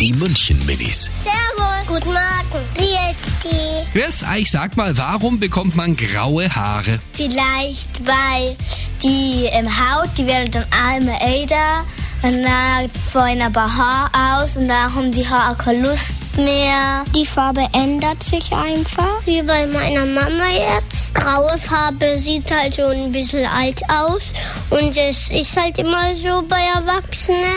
Die München Minis. Servus. Guten Morgen. Wie ist die? Chris, ah, ich sag mal, warum bekommt man graue Haare? Vielleicht, weil die ähm, Haut, die werden dann einmal älter und dann fallen aber Haar aus und dann haben die Haare auch keine Lust mehr. Die Farbe ändert sich einfach. Wie bei meiner Mama jetzt. Graue Farbe sieht halt so ein bisschen alt aus und es ist halt immer so bei Erwachsenen.